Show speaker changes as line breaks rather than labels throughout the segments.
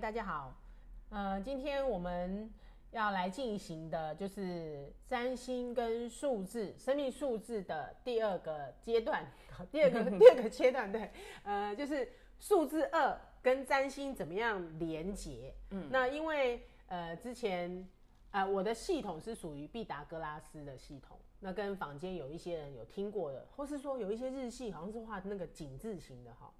大家好。呃，今天我们要来进行的就是占星跟数字、生命数字的第二个阶段， 第二个第二个阶段，对，呃，就是数字二跟占星怎么样连结。嗯，那因为呃之前呃我的系统是属于毕达哥拉斯的系统，那跟坊间有一些人有听过的，或是说有一些日系好像是画那个井字形的哈。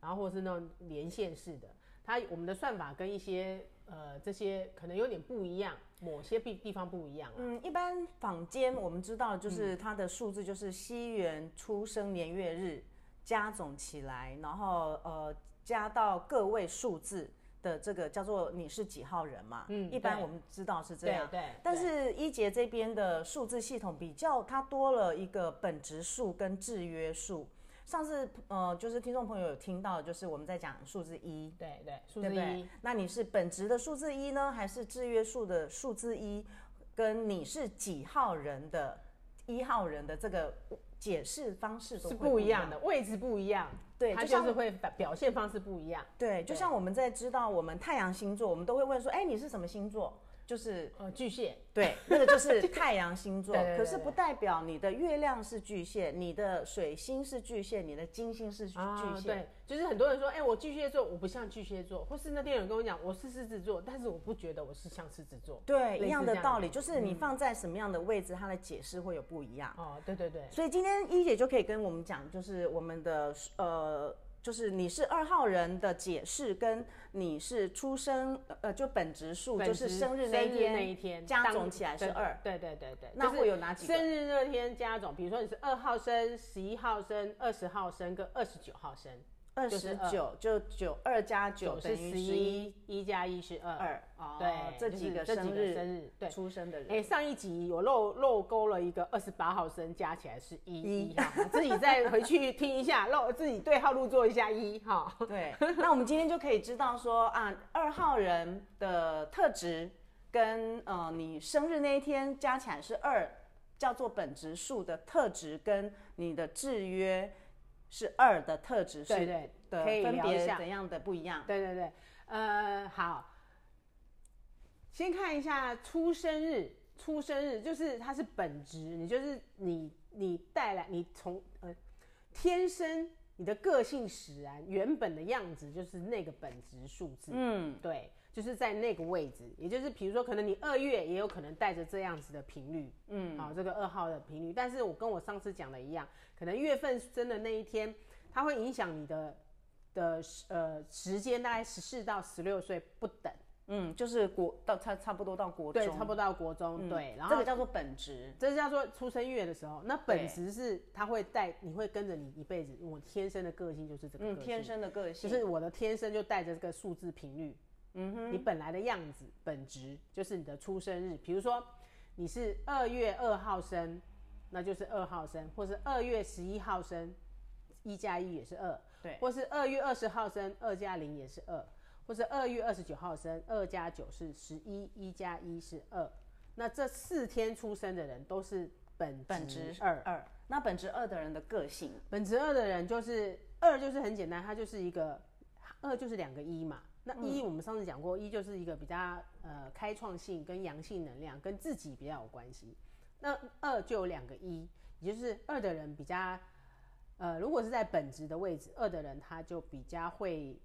然后或是那种连线式的，它我们的算法跟一些呃这些可能有点不一样，某些地地方不一样啊。
嗯，一般坊间我们知道，
嗯
就是它的数字就是西元出生年月日加总起来，然后呃加到个位数字的这个叫做你是几号人嘛？
嗯
一般
对
我们知道是这样。
对对
但是一杰这边的数字系统比较，它多了一个本质数跟制约数。上次呃，就是听众朋友有听到，就是我们在讲数字一，
对对，数
对
字
不对
一，？
那你是本值的数字一呢，还是制约数的数字一？跟你是几号人的一号人的这个解释方式都
是
会
不一样
的。
的，位置不一样，
对
它
就
就
像
是会表表现方式不一样。
对，就像我们在知道我们太阳星座，我们都会问说，哎，你是什么星座？ 就是
呃，巨蟹，
对，那个就是太阳星 座
对对对。
可是不代表你的月亮是巨蟹，你的水星是巨蟹，你的金星是巨
啊
蟹。
对，就是很多人说，哎，我巨蟹座，我不像巨蟹座，或是那天有人跟我讲，我是狮子座，但是我不觉得我是像狮子座。类
对，
似
一样
这
的
样
道
的嗯
理，就是你放在什么样的位置，它的解释会有不一样。
哦，对对对，
所以今天一姐就可以跟我们讲，就是我们的呃，就是你是二号人的解释，跟你是出生呃，就本职数，
本
就是
职
生日那一天
那一天
加
当
总起来是
对
二。
对对对对，
那
就是
会有哪几个
生日那天加总，比如说你是二号生、十一号生、二十号生跟二十九号生，
二
就是
十九就九二加九
九
哦等
是
于
十
十一
一，一加一是二。
二，哦
对，
这
就
几
是
个
这
生
几
日
个生日，对。
出生的人，
哎，上一集有漏漏勾了一个二十八号生，加起来是一
一
一哈，自己再回去听一下，漏自己对号入座一下一哈。
对，那我们今天就可以知道说啊，二号人的特质跟呃你生日那一天加起来是二，叫做本质数的特质跟你的制约是二的特质
对
是
对，
的
可以
分
聊一
别
下。
怎样的不一样？
对对对，呃，好，先看一下出生日，出生日就是它是本质，你就是你你带来你从呃天生你的个性使然，原本的样子就是那个本质数字，
嗯，
对，就是在那个位置，也就是比如说，可能你二月也有可能带着这样子的频率，嗯，好、这个二号的频率，但是我跟我上次讲的一样，可能月份真的那一天，它会影响你的的呃时间，大概十四到十六岁不等，
嗯，就是国到差差不多到国中，
对，差不多到国中，
嗯
对，然
这
后
个。叫做本质。
这是叫做出生月的时候，那本
对
质是它会带，你会跟着你一辈子。我天生的个性就是这个个
嗯，
性，
天生的个性，
就是我的天生就带着这个数字频率，嗯哼，你本来的样子本质就是你的出生日，比如说你是二月二号生，那就是二号生，或是二月十一号生，一加一也是二，
对，
或是二月二十号生，二加零也是二，或是二月二十九号生，二加九是十一，一加一是二，那这四天出生的人都是本
本质
二。
二。那本质二的人的个性，
本质二的人就是二，就是很简单，它就是一个二就是两个一嘛。那一我们上次讲过，一就是一个比较呃开创性跟阳性能量，跟自己比较有关系。那二就有两个一，也就是二的人比较呃，如果是在本质的位置，二的人他就比较会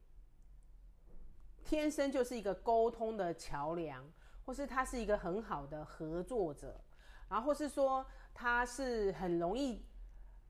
天生就是一个沟通的桥梁，或是他是一个很好的合作者，然后或是说他是很容易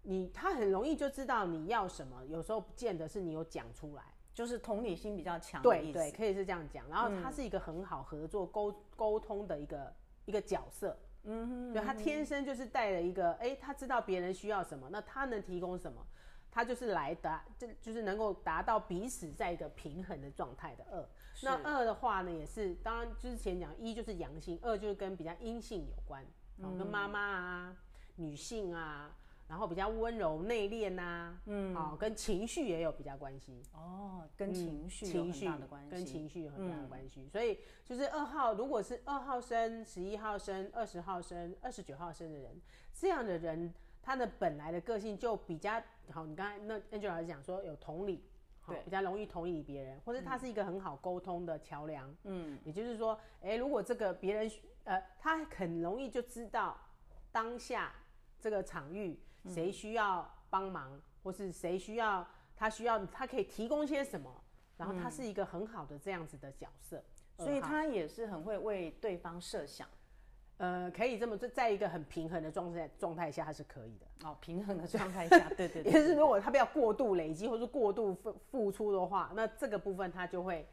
你他很容易就知道你要什么，有时候不见得是你有讲出来，
就是同理心比较强的
对
意思。嗯
对，可以是这样讲。然后他是一个很好合作沟沟通的一个一个角色，嗯对他天生就是带了一个，哎，他知道别人需要什么，那他能提供什么，他就是来达，就就是能够达到彼此在一个平衡的状态的二。
是
那二的话呢，也是当然之前讲一就是阳性，二就是跟比较阴性有关，哦，
嗯
跟妈妈啊、女性啊，然后比较温柔内敛呐，嗯，哦，跟情绪也有比较关系。
哦，跟
嗯
情绪有
情
很
绪
大的关
跟
系。嗯
情绪有很大的关系。所以就是二号，如果是二号生、十一号生、二十号生、二十九号生的人，这样的人他的本来的个性就比较好。你刚才那 Angela 讲说有同理，好好，比较容易同理别人，或者他
嗯
是一个很好沟通的桥梁。嗯，也就是说，哎，如果这个别人呃，他很容易就知道当下这个场域
嗯
谁需要帮忙，或是谁需要他需要他可以提供些什么，然后他
嗯
是一个很好的这样子的角色。
所以他也是很会为对方设想
呃，可以这么做，在一个很平衡的状态状态下，它是可以的。
哦，平衡的状态下， 嗯对对
也
对，
就是如果他不要过度累积或是过度付付出的话，那这个部分他就会，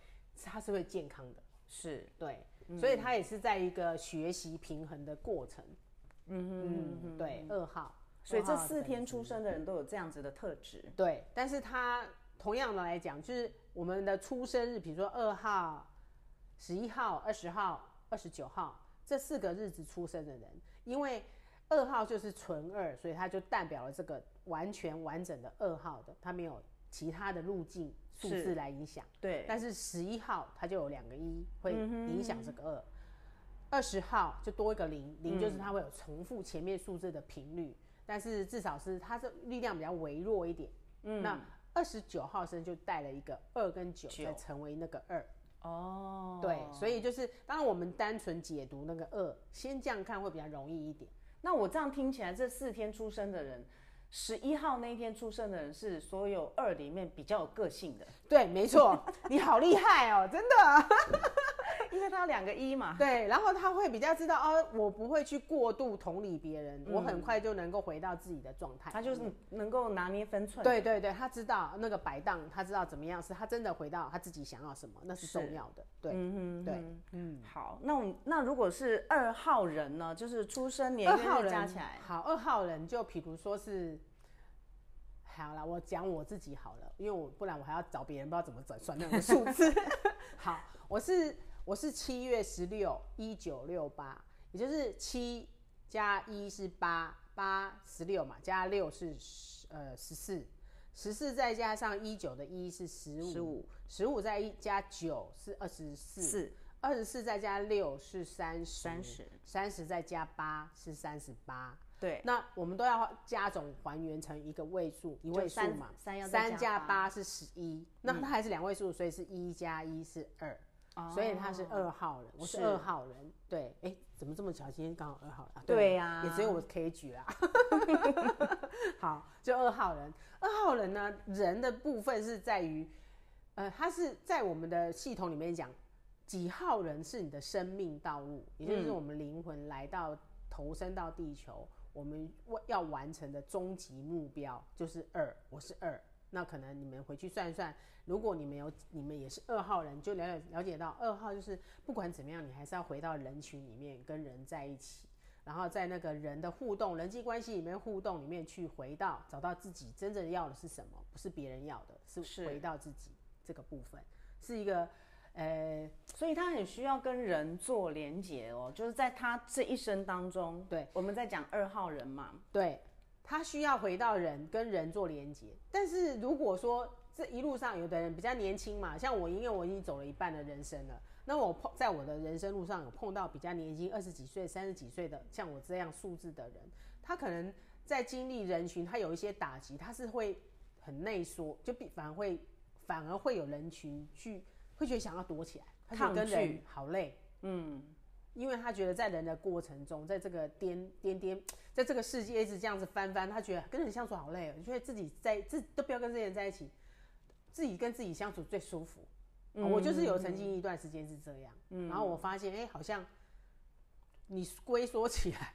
他是会健康的，
是，
对，所以他也是在一个学习平衡的过程，
嗯哼嗯
嗯，
哼，
对，二号，
所以这
二号的
四天
等级
出生的人都有这样子的特质，
对，但是他同样的来讲，就是我们的出生日，比如说二号、十一号、二十号、二十九号这四个日子出生的人，因为二号就是纯二，所以它就代表了这个完全完整的二号的，它没有其他的路径数
是
字来影响。
对，
但是十一号它就有两个一会
嗯哼
影响这个二，二十号就多一个零，零
嗯
就是它会有重复前面数字的频率，但是至少是它是力量比较微弱一点。
嗯，
那二十九号生就带了一个二跟九，
九
才成为那个二。
哦，
对，所以就是当然我们单纯解读那个二，先这样看会比较容易一点。
那我这样听起来，这四天出生的人，十一号那一天出生的人是所有二里面比较有个性的，
对，没错，你好厉害哦，真的。
因为他有两个一嘛。
对，然后他会比较知道哦，我不会去过度同理别人，我很快就能够回到自己的状态。
嗯他就是能够拿捏分寸，
对对对，他知道那个摆荡，他知道怎么样是他真的回到他自己想要什么，那是
是
重要的。对，
嗯哼，
对
嗯，嗯，好，那我们那如果是二号人呢，就是出生年
二
月
号
日加
人
起来，
好，二号人就比如说是，好啦，我讲我自己好了，因为我不然我还要找别人不知道怎么转算那个数 字。好，我是我是七月十六一九六八，也就是七加一是八，八十六嘛，加六是十呃十四，十四再加上一九的一是十五，
15
十五再一加九是二十四，
四
二十四再加六是三十，
三十，
三十再加八是三十八。
对，
那我们都要加总还原成一个位数，一位数
三
嘛。
三要再
三
加
加
八
八是十一，那它还是两位数，所以是一加一是二、所以他是
哦，
二号人，我是
是
二号人。对，哎，怎么这么巧？今天刚好二号人啊？
对呀
也只有我可以举啦。好，就二号人。二号人呢，人的部分是在于，呃，它是在我们的系统里面讲，几号人是你的生命道路，也就是我们灵魂来到投身到地球，我们为要完成的终极目标就是二，我是二。那可能你们回去算一算，如果你们有你们也是二号人，就了解了解到二号就是不管怎么样，你还是要回到人群里面跟人在一起，然后在那个人的互动、人际关系里面互动里面去回到找到自己真正要的是什么，不是别人要的，
是
是回到自己这个部分，是一个呃
所以他很需要跟人做连结哦，就是在他这一生当中，
对，
我们在讲二号人嘛，
对，他需要回到人跟人做连接。但是如果说这一路上有的人比较年轻嘛，像我，因为我已经走了一半的人生了，那我碰在我的人生路上有碰到比较年轻二十几岁、三十几岁的像我这样素质的人，他可能在经历人群，他有一些打击，他是会很内缩，就比反而会反而会有人群去会觉得想要躲起来，他觉得跟
抗
人
拒
好累。
嗯，
因为他觉得在人的过程中，在这个颠颠颠，在这个世界一直这样子翻翻，他觉得跟人相处好累哦，觉得自己在自都不要跟这些人在一起，自己跟自己相处最舒服。啊我就是有
嗯
曾经一段时间是这样，然后我发现，哎、好像你龟缩起来，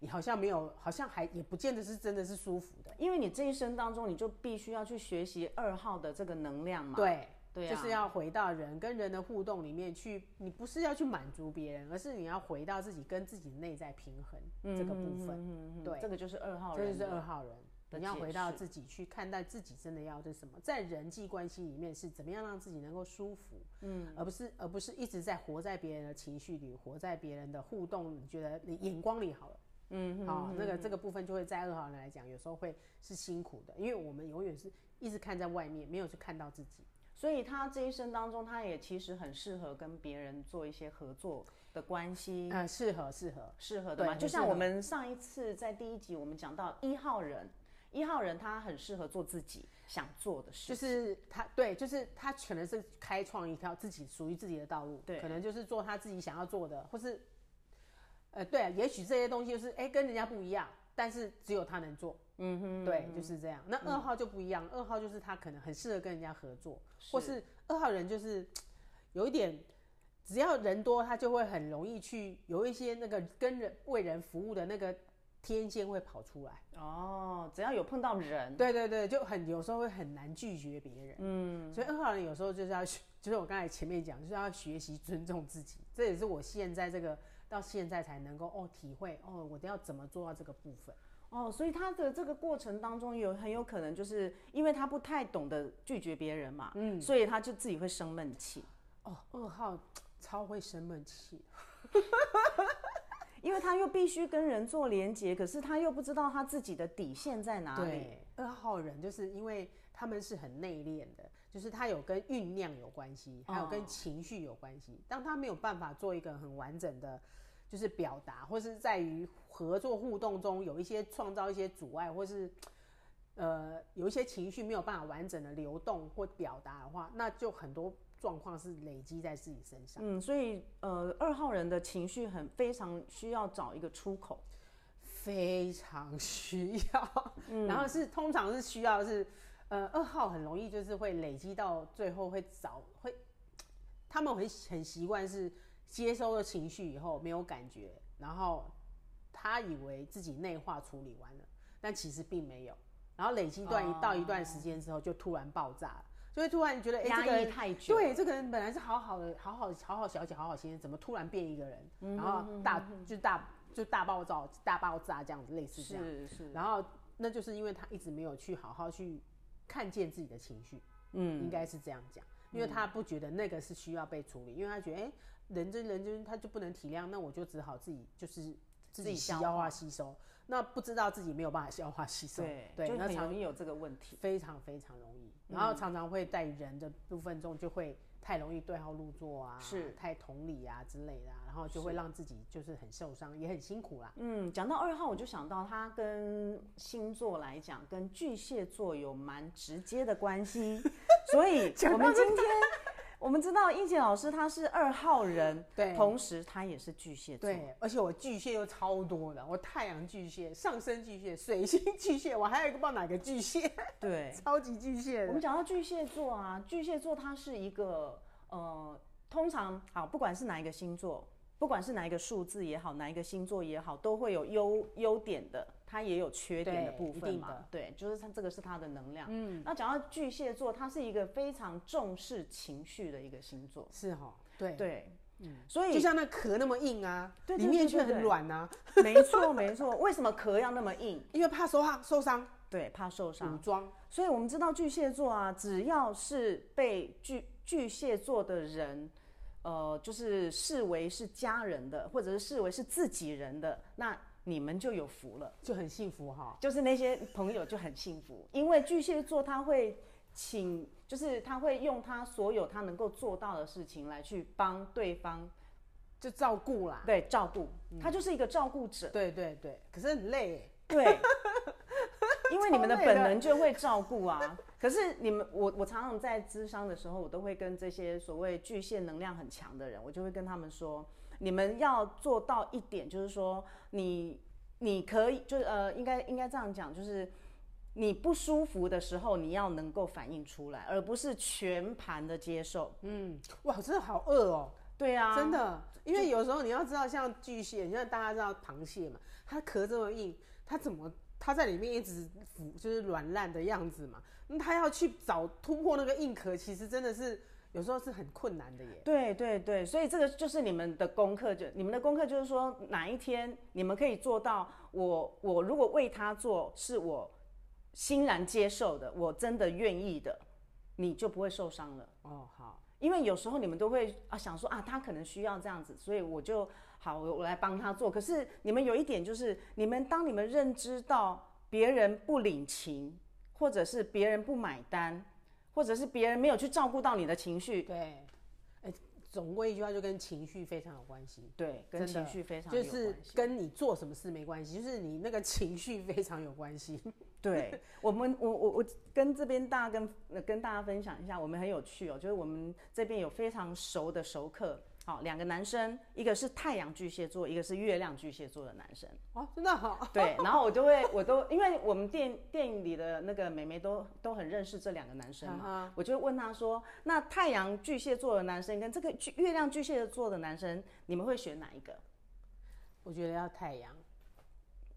你好像没有，好像还也不见得是真的是舒服的。
因为你这一生当中，你就必须要去学习二号的这个能量嘛，
对，
对啊，
就是要回到人跟人的互动里面去，你不是要去满足别人，而是你要回到自己跟自己内在平衡
嗯
这个部分。
分
对
嗯这个就是二号
这
人
就
的，
是二号人。
的
你要
解
回到
释
自己去看待自己真的要的是什么，在人际关系里面是怎么样让自己能够舒服，嗯，而不是而不是一直在活在别人的情绪里，活在别人的互动，你觉得你眼光里好了，
嗯哼，
好、那个这个部分就会在二号人来讲，有时候会是辛苦的，因为我们永远是一直看在外面，没有去看到自己。
所以他这一生当中，他也其实很适合跟别人做一些合作的关系，
呃，适合适合，
适合的
对
嘛。
很
就像
适合
我们上一次在第一集我们讲到一号人，一号人他很适合做自己想做的事，
就是他对，就是他可能是开创一条自己属于自己的道路，
对
可能就是做他自己想要做的，或是，呃，对啊、也许这些东西就是哎、诶跟人家不一样，但是只有他能做，
嗯哼，
对，就是这样。那二号就不一样，二号就是他可能很适合跟人家合作，或是二号人就是有一点，只要人多，他就会很容易去有一些那个跟人为人服务的那个天线会跑出来。
哦，只要有碰到人，
对对对，就很有时候会很难拒绝别人，
嗯，
所以二号人有时候就是要学， 就是我刚才前面讲，就是要学习尊重自己，这也是我现在这个到现在才能够哦体会哦，我要怎么做到这个部分。
哦，所以他的这个过程当中有很有可能就是因为他不太懂得拒绝别人嘛，嗯，所以他就自己会生闷气，
哦，二号超会生闷气，
因为他又必须跟人做连接，可是他又不知道他自己的底线在哪里。
对，二号人就是因为他们是很内敛的，就是他有跟酝酿有关系，还有
哦
跟情绪有关系。当他没有办法做一个很完整的，就是表达，或是在于合作互动中有一些创造一些阻碍，或是呃有一些情绪没有办法完整的流动或表达的话，那就很多状况是累积在自己身上。
嗯，所以呃，二号人的情绪很非常需要找一个出口。
非常需要， 然后是通常是需要是，呃，二号很容易就是会累积到最后会找会，他们很很习惯是接收了情绪以后没有感觉，然后他以为自己内化处理完了，但其实并没有，然后累积段一、
哦
到一段时间之后就突然爆炸了，就会突然觉得哎、
压
这个
抑
人
太久
对，这个人本来是好好的，好好好好小姐，好好先生，怎么突然变一个人？
嗯
然后大就大就大爆炸，大爆炸这样子，类似这样。
是是，
然后那就是因为他一直没有去好好去看见自己的情绪，
嗯，
应该是这样讲，因为他不觉得那个是需要被处理，因为他觉得哎、诶人真人真他就不能体谅，那我就只好自己就是自
自
己
己
消
消
化
化
吸收，那不知道自己没有办法消化吸收，
对
对，
就
那
很
常
容易有这个问题。
非常非常容易，然后常常会在人的部分中就会太容易对号入座啊，
是
太同理啊之类的啊、然后就会让自己就是很受伤，也很辛苦啦。
嗯，讲到二号，我就想到他跟星座来讲，跟巨蟹座有蛮直接的关系，所以我们今天我们知道英杰老师他是二号人，
对
同时他也是巨蟹座，
对，而且我巨蟹又超多的，我太阳巨蟹、上升巨蟹、水星巨蟹，我还有一个不知道哪个巨蟹，
对，
超级巨蟹
我
的
们讲到巨蟹座啊，巨蟹座它是一个呃，通常好，不管是哪一个星座，不管是哪一个数字也好，哪一个星座也好，都会有优优点的，它也有缺点的
对
部
一
分
定
嘛
的。
对，就是它这个是它的能量。嗯，那讲到巨蟹座，它是一个非常重视情绪的一个星座。
是哈，对，
对，嗯，所
就
以
像那壳那么硬啊，
对对
里面
对
却
对对
很软啊，
没错没错，为什么壳要那么硬？
因为怕受伤受伤，
对，怕受伤。
武装
所以我们知道巨蟹座啊，只要是被巨巨蟹座的人，呃，就是视为是家人的，或者是视为是自己人的，那你们就有福了。
就很幸福哈。
就是那些朋友就很幸福，因为巨蟹座他会请，就是他会用他所有他能够做到的事情来去帮对方，
就照顾啦，
对照顾，嗯他就是一个照顾者。
对对对，可是很累耶、欸
对，因为你们的
超累
本
的
能就会照顾啊。可是你们，我我常常在咨商的时候，我都会跟这些所谓巨蟹能量很强的人，我就会跟他们说，你们要做到一点，就是说你你可以，就是呃，应该应该这样讲，就是。你不舒服的时候，你要能够反映出来，而不是全盘的接受。
嗯，哇，真的好饿哦、
对啊，
真的，因为有时候你要知道，像巨蟹，你像大家知道螃蟹嘛，它壳这么硬，它怎么它在里面一直腐，就是软烂的样子嘛，那它要去找突破那个硬壳，其实真的是有时候是很困难的耶。
对对对，所以这个就是你们的功课，就你们的功课就是说，哪一天你们可以做到我，我如果为他做，是我欣然接受的，我真的愿意的，你就不会受伤了。
哦，好，
因为有时候你们都会啊想说啊，他可能需要这样子，所以我就好，我我来帮他做。可是你们有一点就是，你们当你们认知到别人不领情，或者是别人不买单，或者是别人没有去照顾到你的情绪，
对，哎、总归一句话，就跟情绪非常有关系。
对，跟
真的
情绪非常
就
有关
是
系
跟你做什么事没关系，就是你那个情绪非常有关系。
对 我们，我我我跟这边大家跟、呃跟大家分享一下，我们很有趣哦，就是我们这边有非常熟的熟客，好、两个男生，一个是太阳巨蟹座，一个是月亮巨蟹座的男生，
哦，真的好，
对，然后我就会，我都因为我们电电影里的那个美眉都都很认识这两个男生嘛，
啊
我就问他说，那太阳巨蟹座的男生跟这个巨月亮巨蟹座的男生，你们会选哪一个？
我觉得要太阳，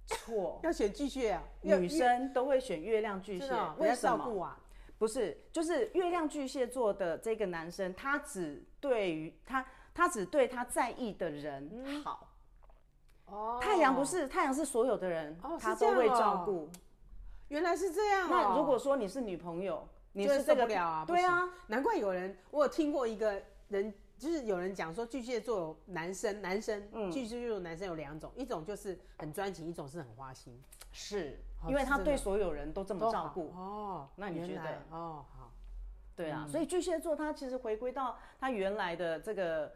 错，
要选巨蟹啊，要
女生都会选月亮巨蟹
真的哦，
为
要
什
照
么？
顾啊，
不是，就是月亮巨蟹座的这个男生，他只对于他，他只对他在意的人好。
嗯哦，
太阳不是，太阳是所有的人，
哦
他
是这
都
样
会
哦
照顾。
原来是这样哦。
那如果说你是女朋友，你
就是是
这
受
个
不了啊不
对啊，
难怪有人，我有听过一个人，就是有人讲说巨蟹座有男生，男生，
嗯
巨蟹座的男生有两种，一种就是很专情，一种是很花心，
是
好
因为
哦是
他
这
对
个
所有人都这么
都
照
好嗯
顾。
哦。
那你
原
觉得
来？哦，好，
对啊，所以巨蟹座它其实回归到它原来的这个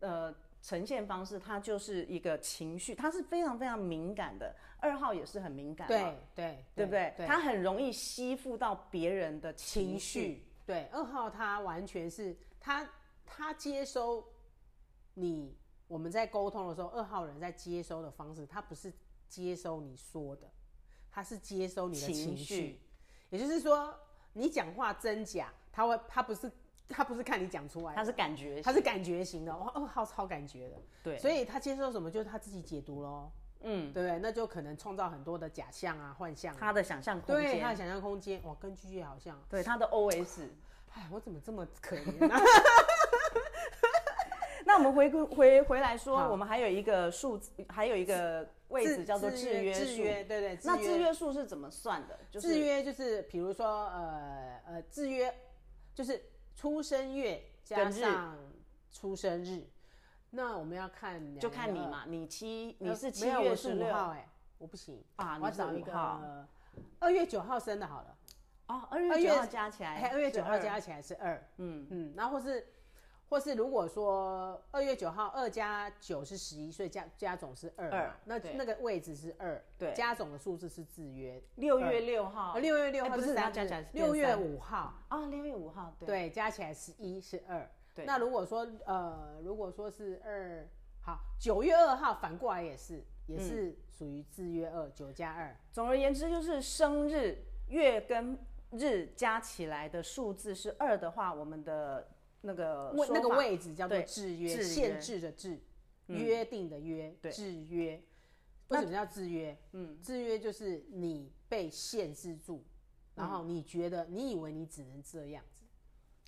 呃呈现方式，它就是一个情绪，它是非常非常敏感的。二号也是很敏感嘛，
对对
对不对？
对，
他很容易吸附到别人的情
情
绪，
绪，对，二号他完全是他他接收你我们在沟通的时候，二号人在接收的方式，他不是接收你说的，他是接收你的情绪。也就是说，你讲话真假，他会他不是他不是看你讲出来
他是感觉
的，
型，
他是感觉型的，哇哦，好超感觉的，
对，
所以他接受什么就是他自己解读喽，
嗯，
对不对？那就可能创造很多的假象啊、幻象啊，
他的想象空
对他的
间，
想象空间，哇，跟巨蟹好像，
对他的 OS。
哎，我怎么这么可 怜啊？
那我们回顾回回来说，
好
我们还有一个数字，还有一个位置叫做制约
制
数。
约，对对，
那
制
制约数是怎么算的？就
制
是
约就是比如说呃呃制约就是出生月加
跟日
上出生日，那我们要看
就看你
嘛。
嘛，你七
呃
你是七
没有
月
我是
十
五
六
号哎、我不行
啊，
我要
你是
找一
五
个
号
二月九号生的好了，
哦，二
二
月
月
九号加起来，
哎，二月九号
12，
加起来是二，
嗯，
嗯，然后或是或是如果说二月九号二加九是十一，所以加加总是二
二
嘛，那
对
那个位置是二，
对
加总的数字是制约，
六月六号
而六月六
哎
号
不是那
三
加起来是
六
变
月
三
五号
啊，六月五号，对
对，加起来十一是二，
对
那如果说呃，如果说是二，好，九月二号反过来也是，也
嗯
是属于制约二，九加二。
总而言之，就是生日月跟日加起来的数字是二的话，我们的那个
位
说
那个
法
位置叫做
对
制约，
制约嗯
限制的制，约定的约，
对
制约。为
那
什么叫制约？嗯，制约就是你被限制住，
嗯
然后你觉得你以为你只能这样子，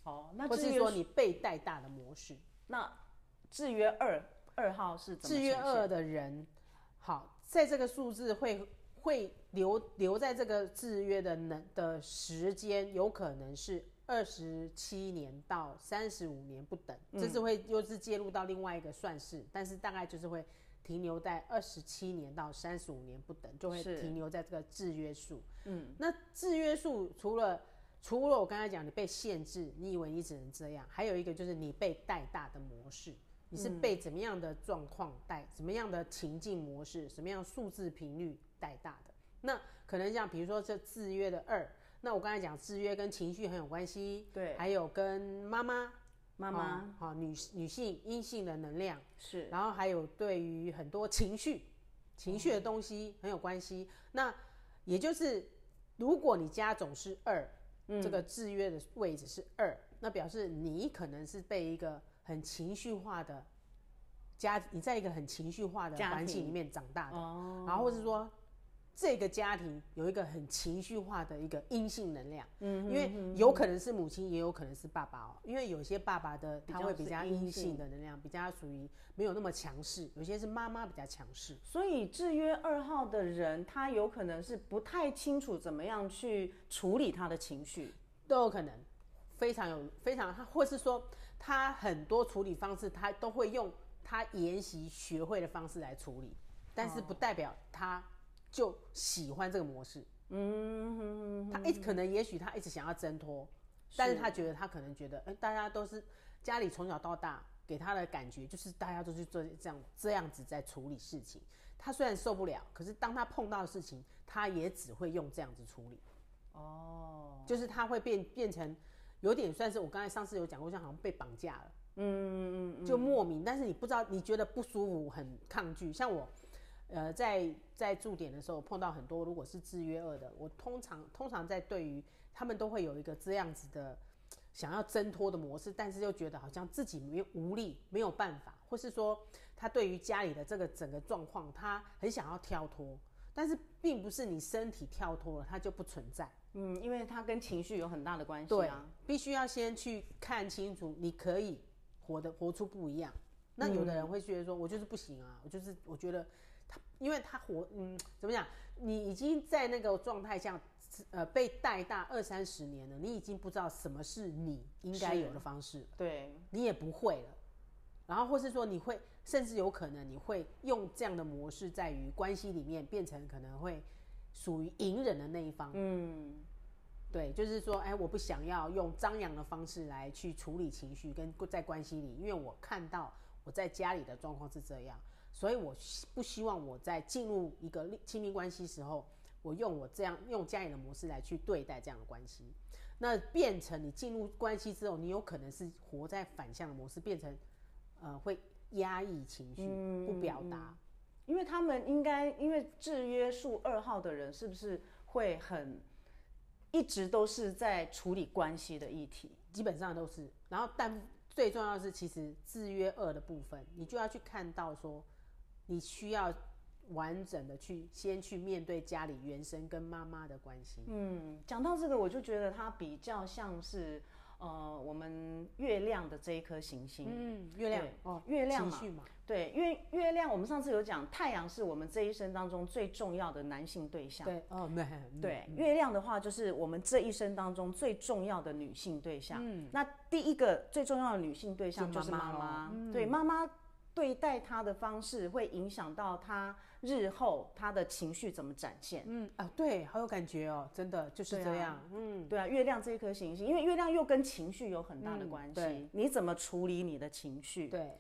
哦，那
或
制
是
约
说你被带大的模式。
那制约二二号是怎么
制约
呈现
二的人，好，在这个数字会会留留在这个制约的能的时间，有可能是二十七年到三十五年不等，
嗯
这是会又是介入到另外一个算式，但是大概就是会停留在二十七年到三十五年不等，就会
是
停留在这个制约数。
嗯，
那制约数除了除了我刚才讲你被限制，你以为你只能这样，还有一个就是你被带大的模式，你是
嗯
被怎么样的状况带，怎么样的情境模式，什么样的数字频率带大的。那可能像比如说这制约的二，那我刚才讲制约跟情绪很有关系，
对
还有跟妈妈
妈妈、
哦好、女女性阴性的能量。
是
然后还有对于很多情绪、
哦
情绪的东西很有关系。那也就是，如果你家总是二、
嗯
这个制约的位置是二，那表示你可能是被一个很情绪化的家，你在一个很情绪化的
家
环境
庭
里面长大的，
哦，
然后或是说。这个家庭有一个很情绪化的一个阴性能量，
嗯
因为有可能是母亲，也有可能是爸爸哦。因为有些爸爸的
比
他
较
会比
是
较
阴
阴
性
性的能量，比较属于没有那么强势；有些是妈妈比较强势。
所以制约二号的人，他有可能是不太清楚怎么样去处理他的情绪，
都有可能，非常有非常，他或是说他很多处理方式，他都会用他研习学会的方式来处理，但
哦
是不代表他就喜欢这个模式。嗯，他一可能也许他一直想要挣脱，但是他觉得他可能觉得，哎、大家都是家里从小到大给他的感觉就是大家都是做这样这样子在处理事情。他虽然受不了，可是当他碰到的事情，他也只会用这样子处理，
哦，
就是他会变变成有点算是我刚才上次有讲过，像好像被绑架了。
嗯嗯嗯，
就莫名，但是你不知道，你觉得不舒服，很抗拒。像我，呃，在在驻点的时候碰到很多，如果是制约二的，我通常通常在对于他们都会有一个这样子的想要挣脱的模式，但是又觉得好像自己没有无力，没有办法，或是说他对于家里的这个整个状况，他很想要跳脱，但是并不是你身体跳脱了，它就不存在。
嗯，因为它跟情绪有很大的关系
对
啊。，
必须要先去看清楚，你可以活的活出不一样。那有的人会觉得说，我就是不行啊，我就是我觉得他，因为他活，嗯，怎么讲？你已经在那个状态下，呃，被带大二三十年了，你已经不知道什么是你应该
是
有的方式，
对，
你也不会了。然后，或是说你会，甚至有可能你会用这样的模式，在于关系里面变成可能会属于隐忍的那一方。
嗯，
对，就是说，哎，我不想要用张扬的方式来去处理情绪跟在关系里，因为我看到我在家里的状况是这样，所以我希不希望我在进入一个恋亲密关系时候，我用我这样用家里的模式来去对待这样的关系，那变成你进入关系之后，你有可能是活在反向的模式，变成呃会压抑情绪，不表达，
因为他们应该，因为制约数二号的人是不是会很一直都是在处理关系的议题？
基本上都是。然后，但最重要的是，其实制约二的部分，你就要去看到说，你需要完整的去先去面对家里原生跟妈妈的关系。
嗯，讲到这个，我就觉得它比较像是呃，我们月亮的这一颗行星。
嗯，月亮
对
哦，
月亮嘛
情绪嘛，
对，因为月亮，我们上次有讲，太阳是我们这一生当中最重要的男性对象。
对哦，没
对，月亮的话就是我们这一生当中最重要的女性对象。嗯，那第一个最重要的女性对象
就
就是妈
妈妈
妈
咯。嗯
对，妈妈对待她的方式会影响到她日后她的情绪怎么展现。
嗯啊，对，好有感觉哦，真的就是
对啊
这样，嗯，
对啊，月亮这一颗行星，因为月亮又跟情绪有很大的关系，
嗯对
你怎么处理你的情绪？
对，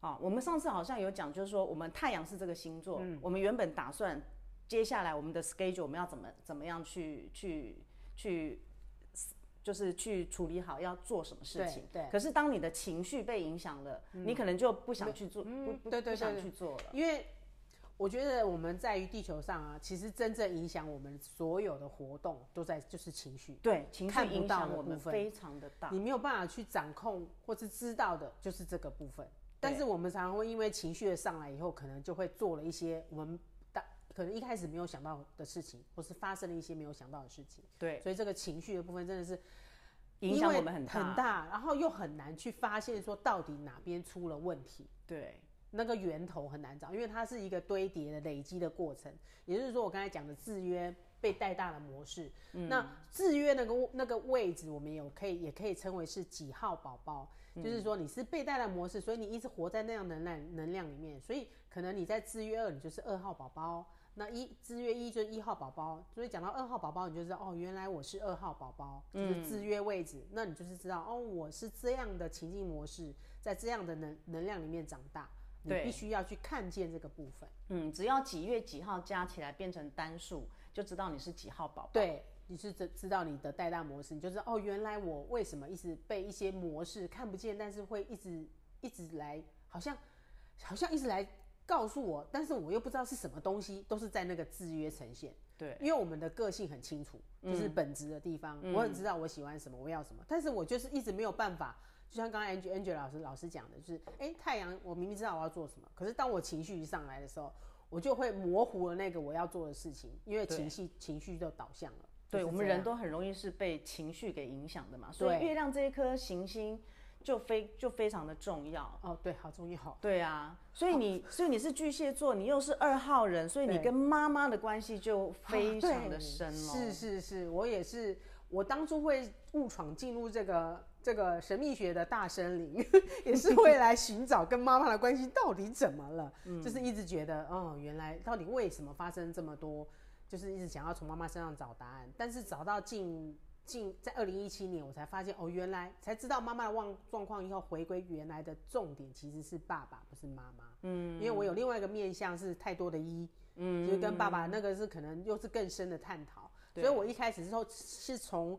啊，我们上次好像有讲，就是说我们太阳是这个星座，
嗯
我们原本打算接下来我们的 schedule 我们要怎么怎么样去去去，就是去处理好要做什么事情。
对对
可是当你的情绪被影响了，你可能就不想去做，
嗯
不不
对对对
不想去做了。
因为我觉得我们在于地球上啊，其实真正影响我们所有的活动都在就是情绪。
对，情绪
看不
影
到
响
的
我们
部分
非常的大。
你没有办法去掌控或是知道的，就是这个部分。但是我们常常会因为情绪的上来以后，可能就会做了一些我们大可能一开始没有想到的事情，或是发生了一些没有想到的事情。
对，
所以这个情绪的部分真的是
影响
因为
我们很大。
很大，然后又很难去发现说到底哪边出了问题。
对，
那个源头很难找，因为它是一个堆叠的累积的过程。也就是说，我刚才讲的制约被带大的模式，那制约那个那个位置，我们有可以也可以称为是几号宝宝，就是说你是被带的模式，所以你一直活在那样能量能量里面，所以可能你在制约二，你就是二号宝宝。那一制约一就是一号宝宝，所以讲到二号宝宝，你就知道哦，原来我是二号宝宝，就是制约位置。那你就是知道哦，我是这样的情境模式，在这样的能能量里面长大，你
对
必须要去看见这个部分，
嗯，只要几月几号加起来变成单数，就知道你是几号宝宝。
对，你是知知道你的带大模式，你就知道哦，原来我为什么一直被一些模式看不见，但是会一直一直来，好像好像一直来告诉我，但是我又不知道是什么东西，都是在那个制约呈现。
对，嗯
因为我们的个性很清楚，就是本质的地方，我很知道我喜欢什么，我要什么，但是我就是一直没有办法。就像刚才 Angel Angel 老师老师讲的，就是哎、诶太阳，我明明知道我要做什么，可是当我情绪一上来的时候，我就会模糊了那个我要做的事情，因为
对
情绪情绪就导向了。
对
就是
我们
这
人
样
都很容易是被情绪给影响的嘛，所以
对
月亮这一颗行星就非就非常的重要。
哦，对，好重要哦。
对啊，所以你、所以你是巨蟹座，你又是二号人，所以你
对
跟妈妈的关系就非
啊
常的
对
深哦
是
了、
是是，我也是，我当初会误闯进入这个这个神秘学的大森林， 也是为来寻找跟妈妈的关系到底怎么了，
嗯
就是一直觉得，哦，原来到底为什么发生这么多，就是一直想要从妈妈身上找答案，但是找到近近在二零一七年，我才发现哦，原来才知道妈妈的忘状况以后，回归原来的重点其实是爸爸，不是妈妈。嗯，因为我有另外一个面向是太多的一，嗯，就是跟爸爸那个是可能又是更深的探讨，所以我一开始之后是从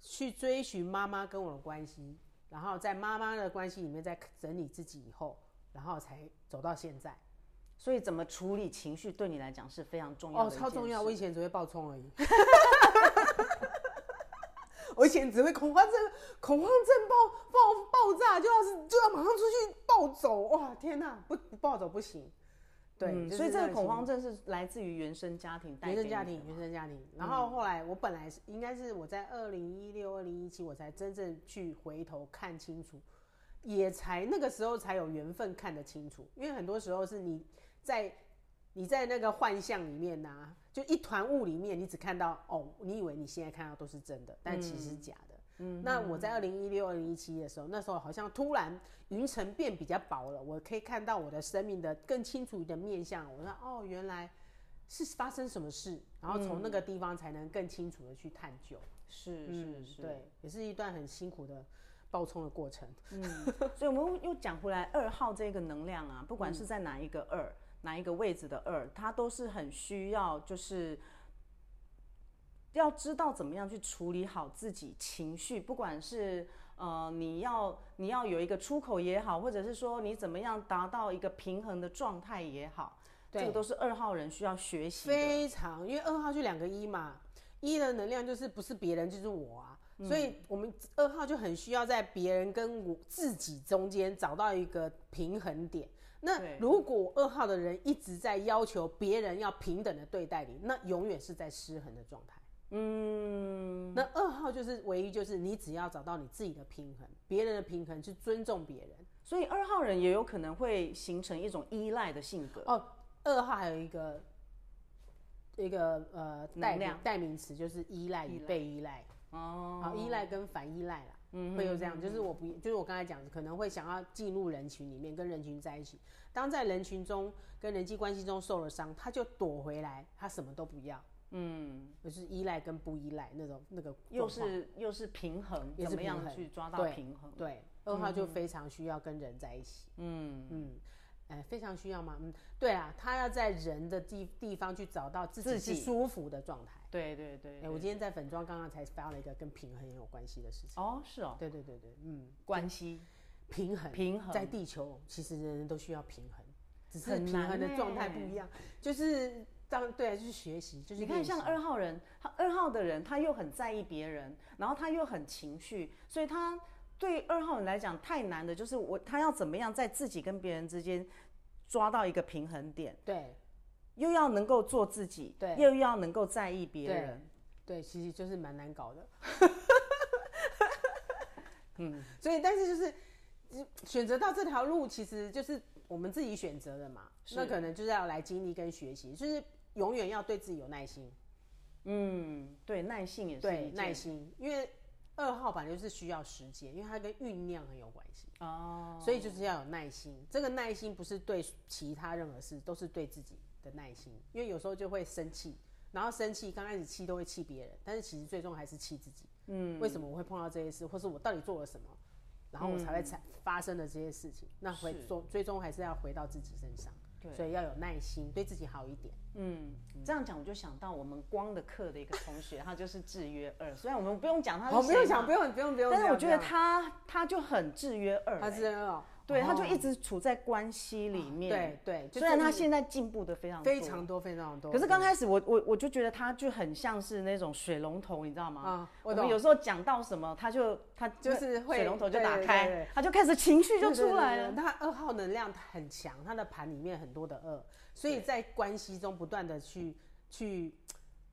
去追寻妈妈跟我的关系，然后在妈妈的关系里面再整理自己以后，然后才走到现在。
所以怎么处理情绪对你来讲是非常重要的
哦，
一件
超重要！
事
我以前只会爆冲而已， 我以前只会恐慌症，恐慌症爆爆爆炸，就要是就要马上出去暴走，哇，天哪，不不暴走不行。对，
嗯
就是
所以这
那
个
个
恐
情
慌症是来自于原生家庭带
原
给
生
你
家
的
庭，
吗嗯
原生家庭。然后后来我本来是应该是我在二零一六、二零一七，我才真正去回头看清楚，也才那个时候才有缘分看得清楚。因为很多时候是你在你在那个幻象里面呐、就一团雾里面，你只看到哦，你以为你现在看到都是真的，但其实是假的。嗯，那我在二零一六、二零一七的时候，那时候好像突然云层变比较薄了，我可以看到我的生命的更清楚的面相。我说哦，原来。是发生什么事，然后从那个地方才能更清楚的去探究。
是
嗯
是是，
对，也是一段很辛苦的爆冲的过程。
所以我们又讲回来，二号这个能量啊，不管
嗯
是在哪一个二、哪一个位置的二，它都是很需要，就是要知道怎么样去处理好自己情绪，不管是呃你要你要有一个出口也好，或者是说你怎么样达到一个平衡的状态也好，
对
这个都是二号人需要学习的。
非常，因为二号就两个一嘛，一的能量就是不是别人就是我啊，所以我们二号就很需要在别人跟我自己中间找到一个平衡点。那
对
如果二号的人一直在要求别人要平等的对待你，那永远是在失衡的状态。嗯，那二号就是唯一，就是你只要找到你自己的平衡，别人的平衡是尊重别人。
所以二号人也有可能会形成一种依赖的性格。
哦，二号还有一个一个呃
能
代名
量
代名词，就是依赖与
依赖
被依赖。
哦
好，依赖跟反依赖啦，
嗯
会有这样，就是我不，就是我刚才讲的，可能会想要进入人群里面，跟人群在一起。当在人群中跟人际关系中受了伤，他就躲回来，他什么都不要，
嗯，
就是依赖跟不依赖那种那个
又
状
是又是平衡，
也是
怎么样
平衡
去抓到
对
平衡
况？对二号就非常需要跟人在一起。
嗯，
嗯，哎，非常需要吗？嗯，对啊，他要在人的地地方去找到自己
自
是
己
舒服的状态。
对对对。
哎，我今天在粉妆刚刚才发了一个跟平衡有关系的事情。
哦，是哦，
对对对对，嗯，
关系
平衡，
平衡
在地球其实人人都需要平衡，只是
嗯很
平
难
衡的
欸
状态不一样，就是当对啊，就是学习，就是
你看，
练习
像二号人，他二号的人，他又很在意别人，然后他又很情绪，所以他对二号人来讲太难的，就是我他要怎么样在自己跟别人之间抓到一个平衡点，
对
又要能够做自己，
对
又要能够在意别
对
人，
对，其实就是蛮难搞 的。嗯，所以但是就是嗯选择到这条路，其实就是我们自己选择的嘛，
是
那可能就是要来经历跟学习，就是永远要对自己有耐心，
嗯，对，耐性也是
对
一件
耐心，因为二号本来就是需要时间，因为它跟酝酿很有关系。
哦，
所以就是要有耐心。这个耐心不是对其他任何事，都是对自己的耐心。因为有时候就会生气，然后生气刚开始气都会气别人，但是其实最终还是气自己。嗯，为什么我会碰到这些事，或是我到底做了什么，然后我才会产发生的这些事情？那回
嗯是
终最终还是要回到自己身上。
对
所以要有耐心，对自己好一点。
嗯，这样讲我就想到我们光的课的一个同学，他就是制约二， 虽然我们不用讲他
好，
是
哦不用
谁
想，
嘛，
不用，不用，不用。
但
不
是我
用
觉得他他就很制约二、
他是
欸
真的哦，
对，他就
哦
一直处在关系里面。
对对，就
虽然
是
他现在进步的非常多
非，常多非常多，
可是刚开始我我我就觉得他就很像是那种水龙头，你知道吗？
啊，
我
我
们
懂。
有时候讲到什么，他就他
就是会
水龙头就
对
打
对对
开，他就开始情绪就出来了。
对。对对对他二号能量很强，他的盘里面很多的二，所以在关系中不断的去去，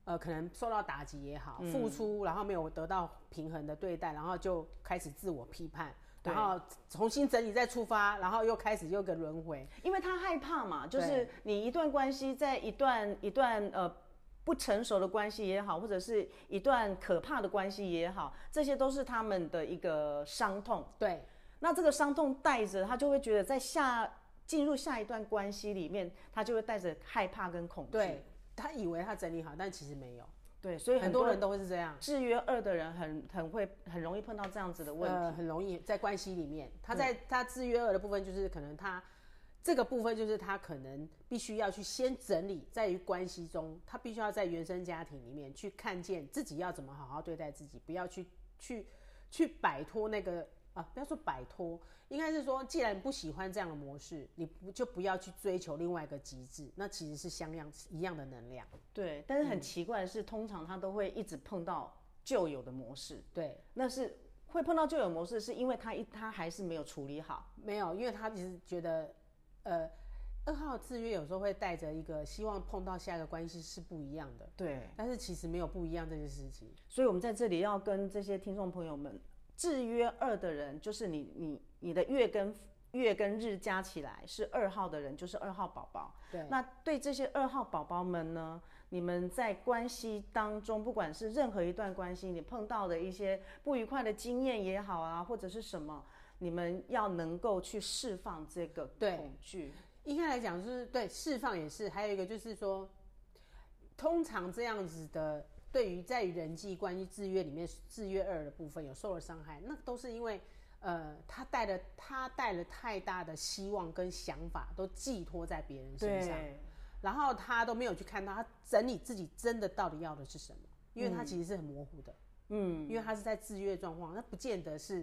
呃，可能受到打击也好，
嗯
付出然后没有得到平衡的对待，然后就开始自我批判。
对
然后重新整理再出发，然后又开始又个轮回，
因为他害怕嘛，就是
对
你一段关系在一段一段呃不成熟的关系也好，或者是一段可怕的关系也好，这些都是他们的一个伤痛。
对，
那这个伤痛带着他，就会觉得在下进入下一段关系里面，他就会带着害怕跟恐惧。
对他以为他整理好，但其实没有。
对，所以
很
很
多
多人
人都会是这样，
制约二的人很很会很容易碰到这样子的问题。
呃，很容易在关系里面，他在他制约二的部分就是可能他这个部分就是他可能必须要去先整理，在于关系中，他必须要在原生家庭里面去看见自己要怎么好好对待自己，不要去去去摆脱那个啊，不要说摆脱，应该是说，既然不喜欢这样的模式，你不就不要去追求另外一个极致，那其实是相样一样的能量，
对，但
嗯
是很奇怪的是，通常他都会一直碰到旧有的模式，
对。
那是会碰到旧有模式，是因为他一他还是没有处理好。
没有，因为他其实觉得，呃，二号制约有时候会带着一个希望碰到下一个关系是不一样的，
对，
但是其实没有不一样这件事情。
所以我们在这里要跟这些听众朋友们，制约二的人就是你你你的月跟月跟日加起来是二号的人，就是二号宝宝。
对，
那对这些二号宝宝们呢，你们在关系当中，不管是任何一段关系，你碰到的一些不愉快的经验也好啊，或者是什么，你们要能够去释放这个
对
恐惧。
应该来讲就是对释放也是，还有一个就是说，通常这样子的，对于在于人际关系制约里面制约二的部分有受了伤害，那都是因为。呃，他带了他带了太大的希望跟想法，都寄托在别人身上。
对，
然后他都没有去看到，他整理自己真的到底要的是什么，因为他其实是很模糊的，
嗯，
因为他是在制约状况，那不见得是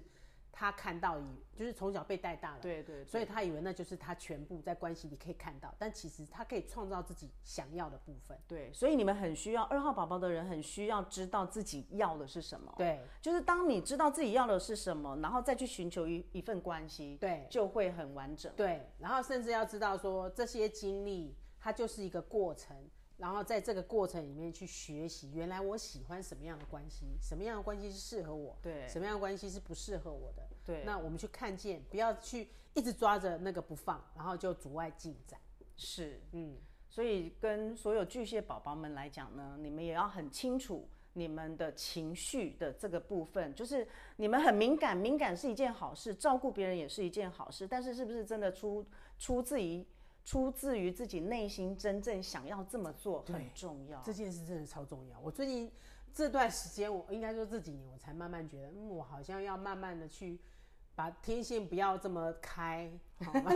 他看到以，就是从小被带大的，
对对，
所以他以为那就是他全部在关系里可以看到，但其实他可以创造自己想要的部分。
对，所以你们很需要二号宝宝的人很需要知道自己要的是什么。
对
就是当你知道自己要的是什么，然后再去寻求一一份关系，
对
就会很完整。
对，然后甚至要知道说这些经历，它就是一个过程。然后在这个过程里面去学习，原来我喜欢什么样的关系，什么样的关系是适合我，
对
什么样的关系是不适合我的。
对，
那我们去看见，不要去一直抓着那个不放，然后就阻碍进展。
是。
嗯，
所以跟所有巨蟹宝宝们来讲呢，你们也要很清楚你们的情绪的这个部分，就是你们很敏感，敏感是一件好事，照顾别人也是一件好事，但是是不是真的出出自于出自于自己内心真正想要这么做
对
很重要。
这件事真的超重要。我最近这段时间，我应该说这几年，我才慢慢觉得，嗯，我好像要慢慢的去把天线不要这么开，好 吗？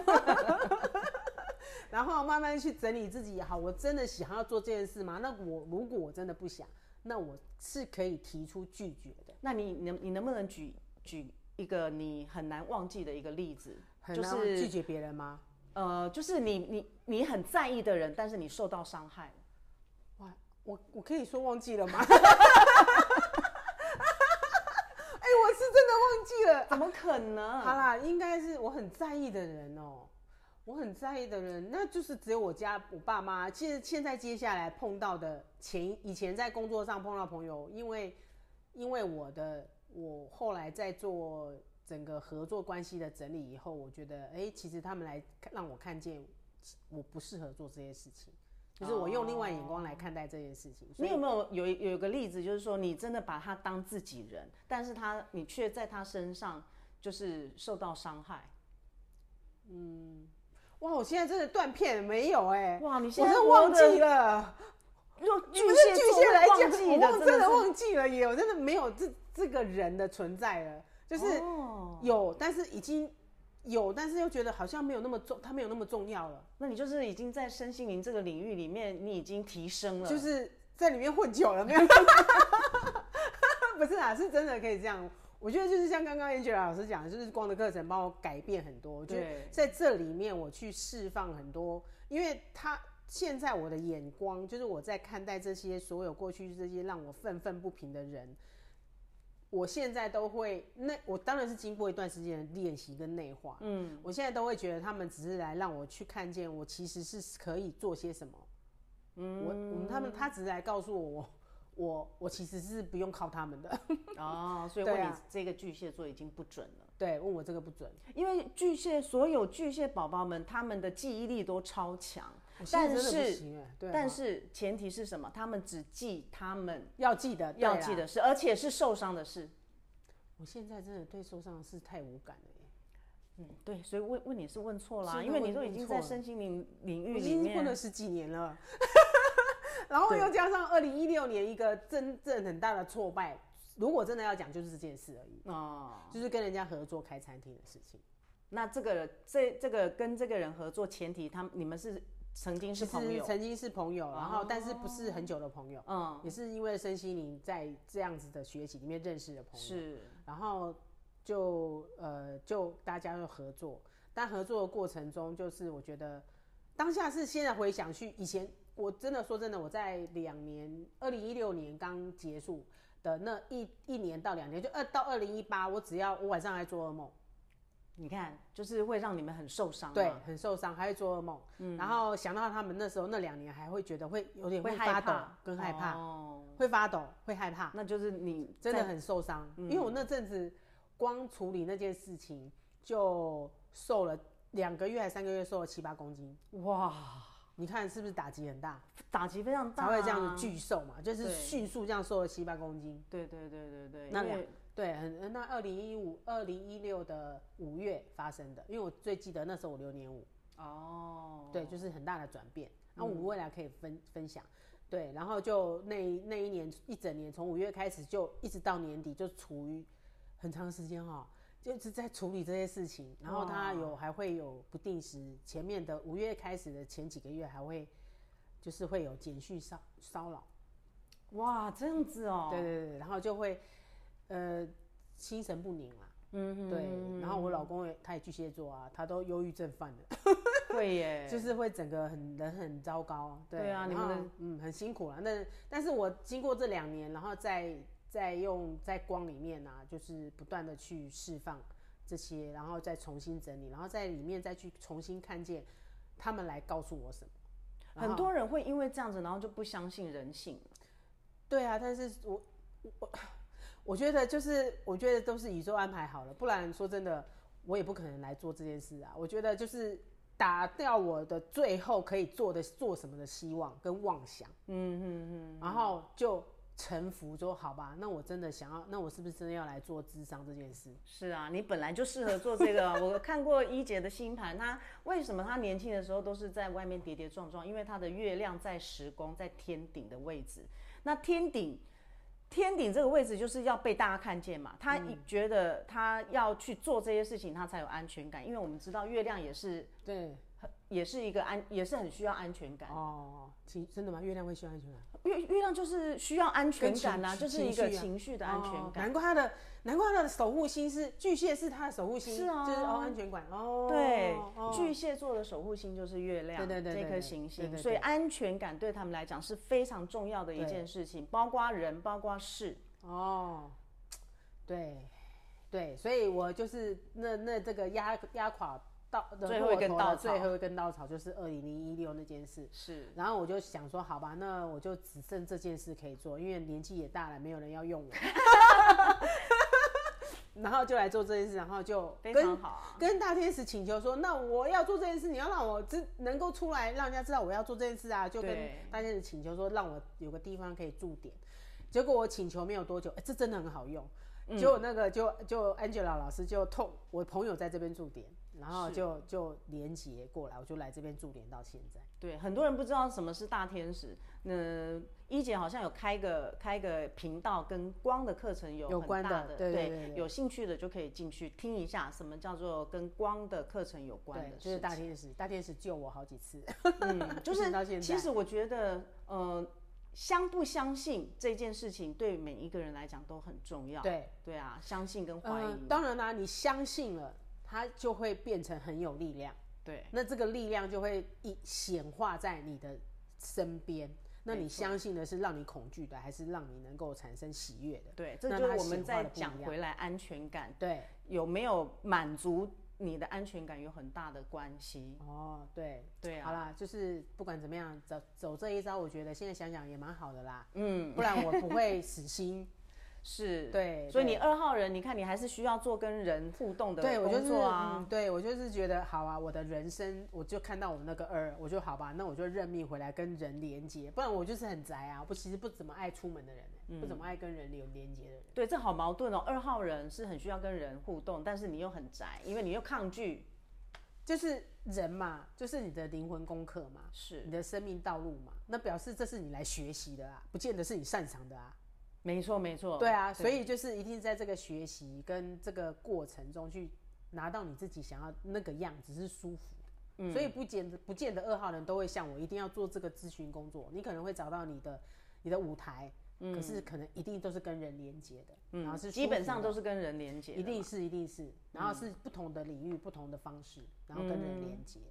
然后慢慢去整理自己，好，我真的想要做这件事吗？那我如果我真的不想，那我是可以提出拒绝的。
那你能你能不能举举一个你很难忘记的一个例子？
很
就
难
是
拒绝别人吗？
呃，就是你你你很在意的人，但是你受到伤害了。
哇，我我可以说忘记了吗？哎、我是真的忘记了。
怎么可能？
啊好啦，应该是我很在意的人哦、我很在意的人，那就是只有我家我爸妈。其实现在接下来碰到的前以前在工作上碰到朋友，因为因为我的我后来在做整个合作关系的整理以后，我觉得哎、诶其实他们来看让我看见我不适合做这些事情，就是我用另外眼光来看待这件事情。所
你
以
有没有有一有一个例子，就是说你真的把他当自己人，但是他你却在他身上就是受到伤害？
哇，我现在真的断片了没有哎、诶
哦哇，你现
我
在
是
活
忘
得
记了。
若
你
巨
们是
蟹座
巨蟹
会
来
忘
讲，
记
我忘
的
真
是
忘记了耶，我真的没有这这个人的存在了，就是
哦，
有，但是已经有，但是又觉得好像没有那么重，他没有那么重要了，
那你就是已经在身心灵这个领域里面，你已经提升了，
就是在里面混久了，没有， 不是啊，是真的可以这样。我觉得就是像刚刚 Angela 老师讲的，就是光的课程帮我改变很多，我觉得
哦对
在这里面我去释放很多，因为他现在我的眼光就是我在看待这些所有过去这些让我愤愤不平的人，我现在都会那我当然是经过一段时间的练习跟内化，嗯，我现在都会觉得他们只是来让我去看见我其实是可以做些什么，嗯，我我们他们他只是来告诉我我我我其实是不用靠他们的，
哦，所以
对
问你
啊
这个巨蟹座已经不准了。
对，问我这个不准，
因为巨蟹所有巨蟹宝宝们，他们的记忆力都超强
我，现在
但
真的不
是
行哎，对啊，
但是前提是什么？他们只记他们
要记得
要
对啊啦
记的事，而且是受伤的事。
我现在真的对受伤的事太无感了耶。
嗯，对，所以问问你是问错啦，
是
因为你
问
都已
问
经
错
在
了
身心灵领
我
域
已
里
经混
面，
了十几年了， 然后
对
又加上二零一六年一个真正很大的挫败，如果真的要讲，就是这件事而已，
哦，
就是跟人家合作开餐厅的事情。
那这个这这个跟这个人合作前提，他们你们是曾经是
其
朋
实
友，
曾经是朋友，然后
哦
但是不是很久的朋友，
嗯，
也是因为身心灵在这样子的学习里面认识的朋友。
是
然后就呃就大家就合作，但合作的过程中，就是我觉得当下是现在回想去以前，我真的说真的，我在两年二零一六年刚结束的那一一年到两年，就二到二零一八，我只要我晚上还做噩梦，
你看，就是会让你们很受伤嘛，啊
对，很受伤，还会做噩梦，然后想到他们那时候那两年，还会觉得会有点
嗯会
发
害
抖
怕，，
跟害怕，
哦，
会发抖，会害怕。
那就是你
真的
在嗯
很受伤，因为我那阵子光处理那件事情就瘦了两个月还三个月，瘦了七八公斤。
哇，
你看是不是打击很大，
打击非常大
才
啊，
会这样子巨瘦嘛？就是
对
迅速这样瘦了七八公斤。
对对对对对，
那
因
两
为
对，很呃那二零一五、二零一六的五月发生的，因为我最记得那时候我流年五，
哦，
对，就是很大的转变。那、我们
嗯
未来可以分分享，对，然后就那一那一年一整年，从五月开始就一直到年底，就处于很长时间哈、就是在处理这些事情。然后他
哇
有还会有不定时，前面的五月开始的前几个月还会就是会有简讯骚骚扰，
哇，这样子哦，
对对对，然后就会呃心神不宁啦、
嗯哼，
对。然后 我老公也他也巨蟹座啊，他都忧郁症犯了。
会耶，
就是会整个很人很糟糕，
对啊你
然后
们的
嗯很辛苦了。那但是我经过这两年，然后再再用在光里面啊，就是不断的去释放这些，然后再重新整理，然后在里面再去重新看见他们来告诉我什么。然后
很多人会因为这样子，然后就不相信人性，
对啊，但是我我我觉得就是我觉得都是宇宙安排好了，不然说真的，我也不可能来做这件事啊。我觉得就是打掉我的最后可以做的做什么的希望跟妄想，
嗯哼哼。
然后就臣服说好吧，那我真的想要，那我是不是真的要来做智商这件事？
是啊，你本来就适合做这个。啊我看过一姐的星盘，她为什么她年轻的时候都是在外面跌跌撞撞？因为她的月亮在时宫，在天顶的位置。那天顶，天顶这个位置就是要被大家看见嘛。她
嗯
一觉得她要去做这些事情，她才有安全感。因为我们知道月亮也是
对，
也是一个安，也是很需要安全感。
哦，其真的吗？月亮会需要安全感，
月月亮就是需要安全
跟情
感啊，
绪
就是一
情
个
绪啊
情绪的安全
哦
感。
难怪他的难怪他的守护星是巨蟹，是他的守护星，
是啊
就是哦安全感哦，
对，
哦
巨蟹座的守护星就是月亮，
对对对对
这颗行
对对
星，
对
所以安全感对他们来讲是非常重要的一件事情，包括人，包括事。
哦，对，对，所以我就是那那这个压压垮稻的
最后一根
骆驼的
稻
最
草
后一根稻草就是二零零一六那件事。
是，
然后我就想说，好吧，那我就只剩这件事可以做，因为年纪也大了，没有人要 用我，然后就来做这件事，然后就
非
跟
常好啊。
跟大天使请求说，那我要做这件事，你要让我知能够出来，让人家知道我要做这件事啊，就跟
对
大天使请求说，让我有个地方可以驻点。结果我请求没有多久，哎、这真的很好用。
嗯
结果那个就就 Angela 老师就痛，我朋友在这边驻点，然后
是
就就连接过来，我就来这边驻点到现在。
对，很多人不知道什么是大天使。那一姐好像有开个开个频道，跟光的课程有
有
很
关
大
的
的，
对对对对
有兴趣的就可以进去听一下，什么叫做跟光的课程有关
对
的，
就
事
是
情。
大天使，大天使救我好几次。
嗯， 就
一直到
是
现
其
在
实我觉得，呃，相不相信这件事情对每一个人来讲都很重要。
对，
对啊，相信跟怀疑，
嗯，当然啦、你相信了，它就会变成很有力量。
对，
那这个力量就会一显化在你的身边。那你
没错
相信的是让你恐惧的，还是让你能够产生喜悦的？
对，这
那
就是
它
我们
显化
在
得不一
讲
样
回来安全感
对，
有没有满足你的安全感有很大的关系。
哦，对，
对啊
好啦，就是不管怎么样，走走这一招，我觉得现在想想也蛮好的啦，
嗯，
不然我不会死 心。
是，
对
所以
对
你二号人，你看你还是需要做跟人互动的
对我就
工
是，
作啊。
嗯，对我就是觉得好啊，我的人生，我就看到我那个二，我就好吧，那我就认命回来跟人连接，不然我就是很宅啊，我不其实不怎么爱出门的人、欸
嗯
不怎么爱跟人有连接的人。
对，这好矛盾哦。二号人是很需要跟人互动，但是你又很宅，因为你又抗拒
就是人嘛，就是你的灵魂功课嘛，
是
你的生命道路嘛，那表示这是你来学习的啊，不见得是你擅长的啊。
没错没错，
对啊，所以就是一定在这个学习跟这个过程中去拿到你自己想要那个样子是舒服的。
嗯
所以不见不见得二号人都会像我一定要做这个咨询工作，你可能会找到你的你的舞台，可是可能一定都是跟人连接的，然后是
嗯基本上
都
都是跟人连接的，
一定是一定是，然后
嗯
是不同的领域、不同的方式，然后跟人连接。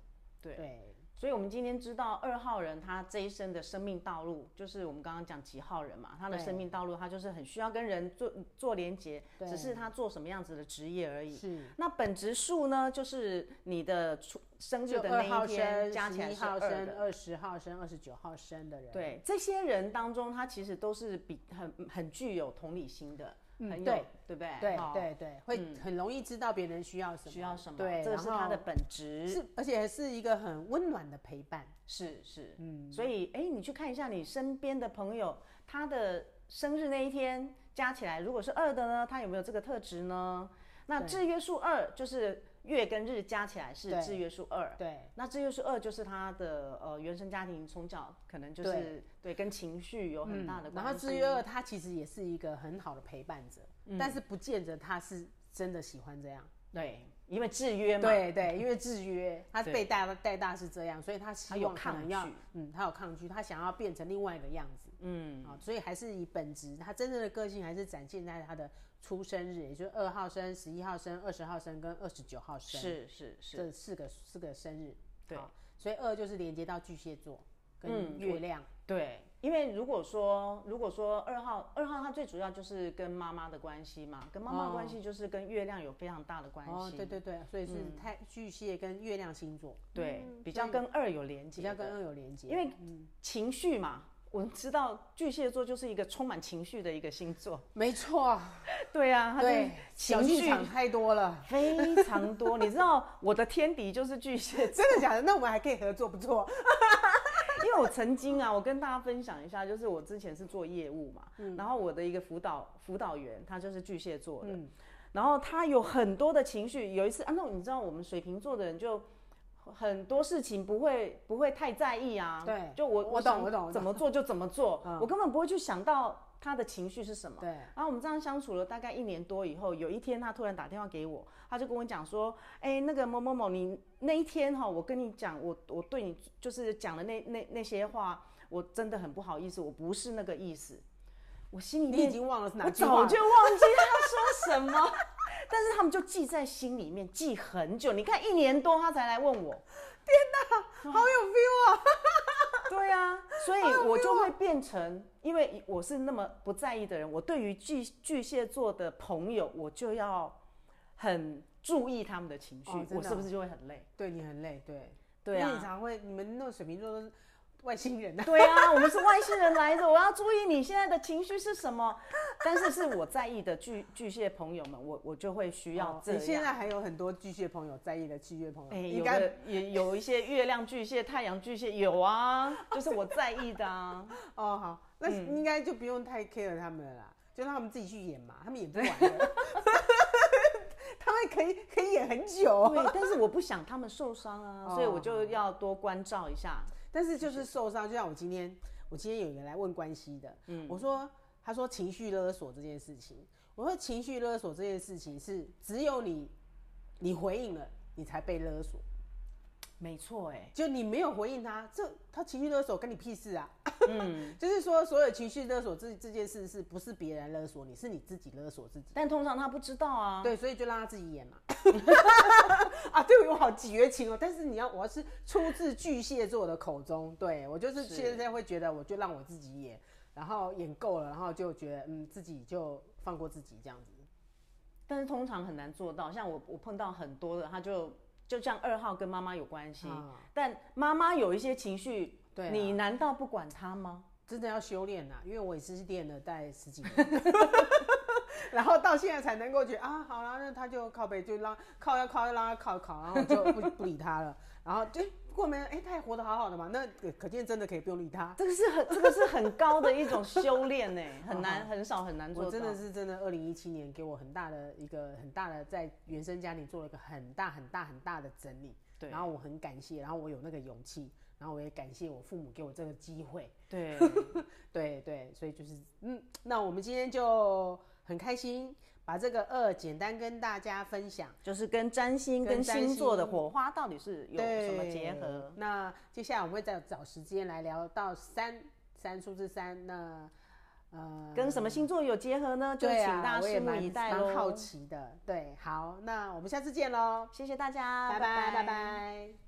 对
对，
所以，我们今天知道二号人他这一生的生命道路，就是我们刚刚讲几号人嘛，他的
对
生命道路，他就是很需要跟人做做连接，
对
只是他做什么样子的职业而已。
是
那本职数呢，就是你的出生日
就
的
二
那
号
一天
生、
加起
十
来
一
是
号
二
生、
的。
二十号生、二十九号生的人，
对，这些人当中，他其实都是比很很具有同理心的，
嗯
很有
对
对不对？
对
哦
对对，会很容易知道别人需要什么，
需要什么？
对，
这
然
是他
后
的本职。
是，而且是一个很温暖的陪伴。
是是，
嗯，
所以哎，你去看一下你身边的朋友，他的生日那一天加起来，如果是二的呢，他有没有这个特质呢？那
对
制约数二就是月跟日加起来是
对
制约数二，
对
那制约数二就是他的呃原生家庭从小可能就是对跟情绪有很大的
嗯然后
关系。嗯
至于二，他其实也是一个很好的陪伴者，但是不见得他是真的喜欢这样。
对，因为制约嘛，
对对，因为制约，他
对
被带带大是这样，所以他
他
希
有
望可
抗
能要
拒，
嗯，他有抗拒，他想要变成另外一个样子，
嗯，
啊、所以还是以本质，他真正的个性还是展现在他的出生日，也就是二号生、十一号生、二十号生跟二十九号生
是是是，
这四个四个生日，
对
好所以二就是连接到巨蟹座跟
嗯
月亮，
对，因为如果说如果说二号二号，它最主要就是跟妈妈的关系嘛，跟妈妈的关系就是跟月亮有非常大的关系，
哦，对对对，所以是太巨蟹跟月亮星座，
嗯对
嗯
比较跟二有连接
比
的，
较跟二有连接，
因为情绪嘛，我们知道巨蟹座就是一个充满情绪的一个星座，
没错，
对啊，它就是
对，小
情
剧
绪
场太多了。
非常多，你知道我的天敌就是巨蟹座。
真的假的？那我们还可以合作，不错。
因为我曾经啊，我跟大家分享一下，就是我之前是做业务嘛，
嗯
然后我的一个辅导辅导员，他就是巨蟹座的，
嗯
然后他有很多的情绪。有一次啊，那你知道我们水瓶座的人就很多事情不会不会太在意啊，
对
就我
我
想
懂我懂我懂嗯
怎么做就怎么做，我根本不会去想到他的情绪是什么。
对，
然后我们这样相处了大概一年多以后，有一天他突然打电话给我，他就跟我讲说：“哎、那个某某某，你那一天哈、我跟你讲，我我对你就是讲的那那那些话，我真的很不好意思，我不是那个意思。”我心里
你已
面
经忘了是哪
我
句话
早
了
就忘记他说什么， 但是他们就记在心里面，记很久。你看一年多他才来问我，
好有 feel 啊！
对啊，所以我就会变成，因为我是那么不在意的人，我对于巨巨蟹座的朋友，我就要很注意他们的啊情绪，
哦真的
我是不
哦
是就会很累？
对你很累，对，
对
因为你
啊，
常会，你们那种水瓶座都是外星人啊，
对啊，我们是外星人来着，我要注意你现在的情绪是什么。 但是是我在意的巨巨蟹朋友们，我我就会需要
哦
这
你现
样。
在还有很多巨蟹朋友在意的巨蟹朋友，
哎、
应
有
该
的也有一些月亮巨蟹、太阳巨蟹，有啊，就是我在意的 啊。
哦好，那应该就不用太 care 他们了啦，就让他们自己去演嘛，他们演不完 的，他们可以可以演很久，
对，但是我不想他们受伤啊，所以我就要多关照一下。
但是就是受伤，就像我今天，我今天有一个来问关系的，我说他说情绪勒索这件事情，我说情绪勒索这件事情是只有你你回应了，你才被勒索。
没错，哎，
就你没有回应他，这他情绪勒索跟你屁事啊！嗯，就是说所有情绪勒索这这件事是不是别人勒索你，是你自己勒索自己。
但通常他不知道啊。
对，所以就让他自己演嘛。 啊，对我好绝情哦！但是你要，我要是出自巨蟹座的口中，对我就是
是
现在会觉得，我就让我自己演，然后演够了，然后就觉得嗯，自己就放过自己这样子。
但是通常很难做到。像我，我碰到很多的，他就就像二号跟妈妈有关系，
啊
但妈妈有一些情绪，
对啊
你难道不管她吗？
真的要修炼啊呐，因为我也是练了大概十几年， 然后到现在才能够觉得啊，好啦，那他就靠背就让靠要靠要让他靠靠，然后我就不 不理他了，然后就不过没人哎、他也活得好好的嘛，那呃可可见真的可以不用理他。
这个是 很，这个是很高的一种修炼呢、 很难，很少，很难做
欸啊我
到。
真的是真的，二零一七年给我很大的一个很大的在原生家庭做了一个很大很大很大的整理，
对
然后我很感谢，然后我有那个勇气，然后我也感谢我父母给我这个机会。
对，
对对，所以就是嗯，那我们今天就很开心，把这个二简单跟大家分享。
就是跟占星
跟
跟
占
星座的
星
火花到底是有什么
对
结合？？
那接下来我们会再找时间来聊到三三数字三，那呃
跟什么星座有结合呢？就
对
请
啊
大家
我也
拭目
蛮
以待
蛮好
喽。
奇的，对，好，那我们下次见喽，
谢谢大家，
拜拜拜拜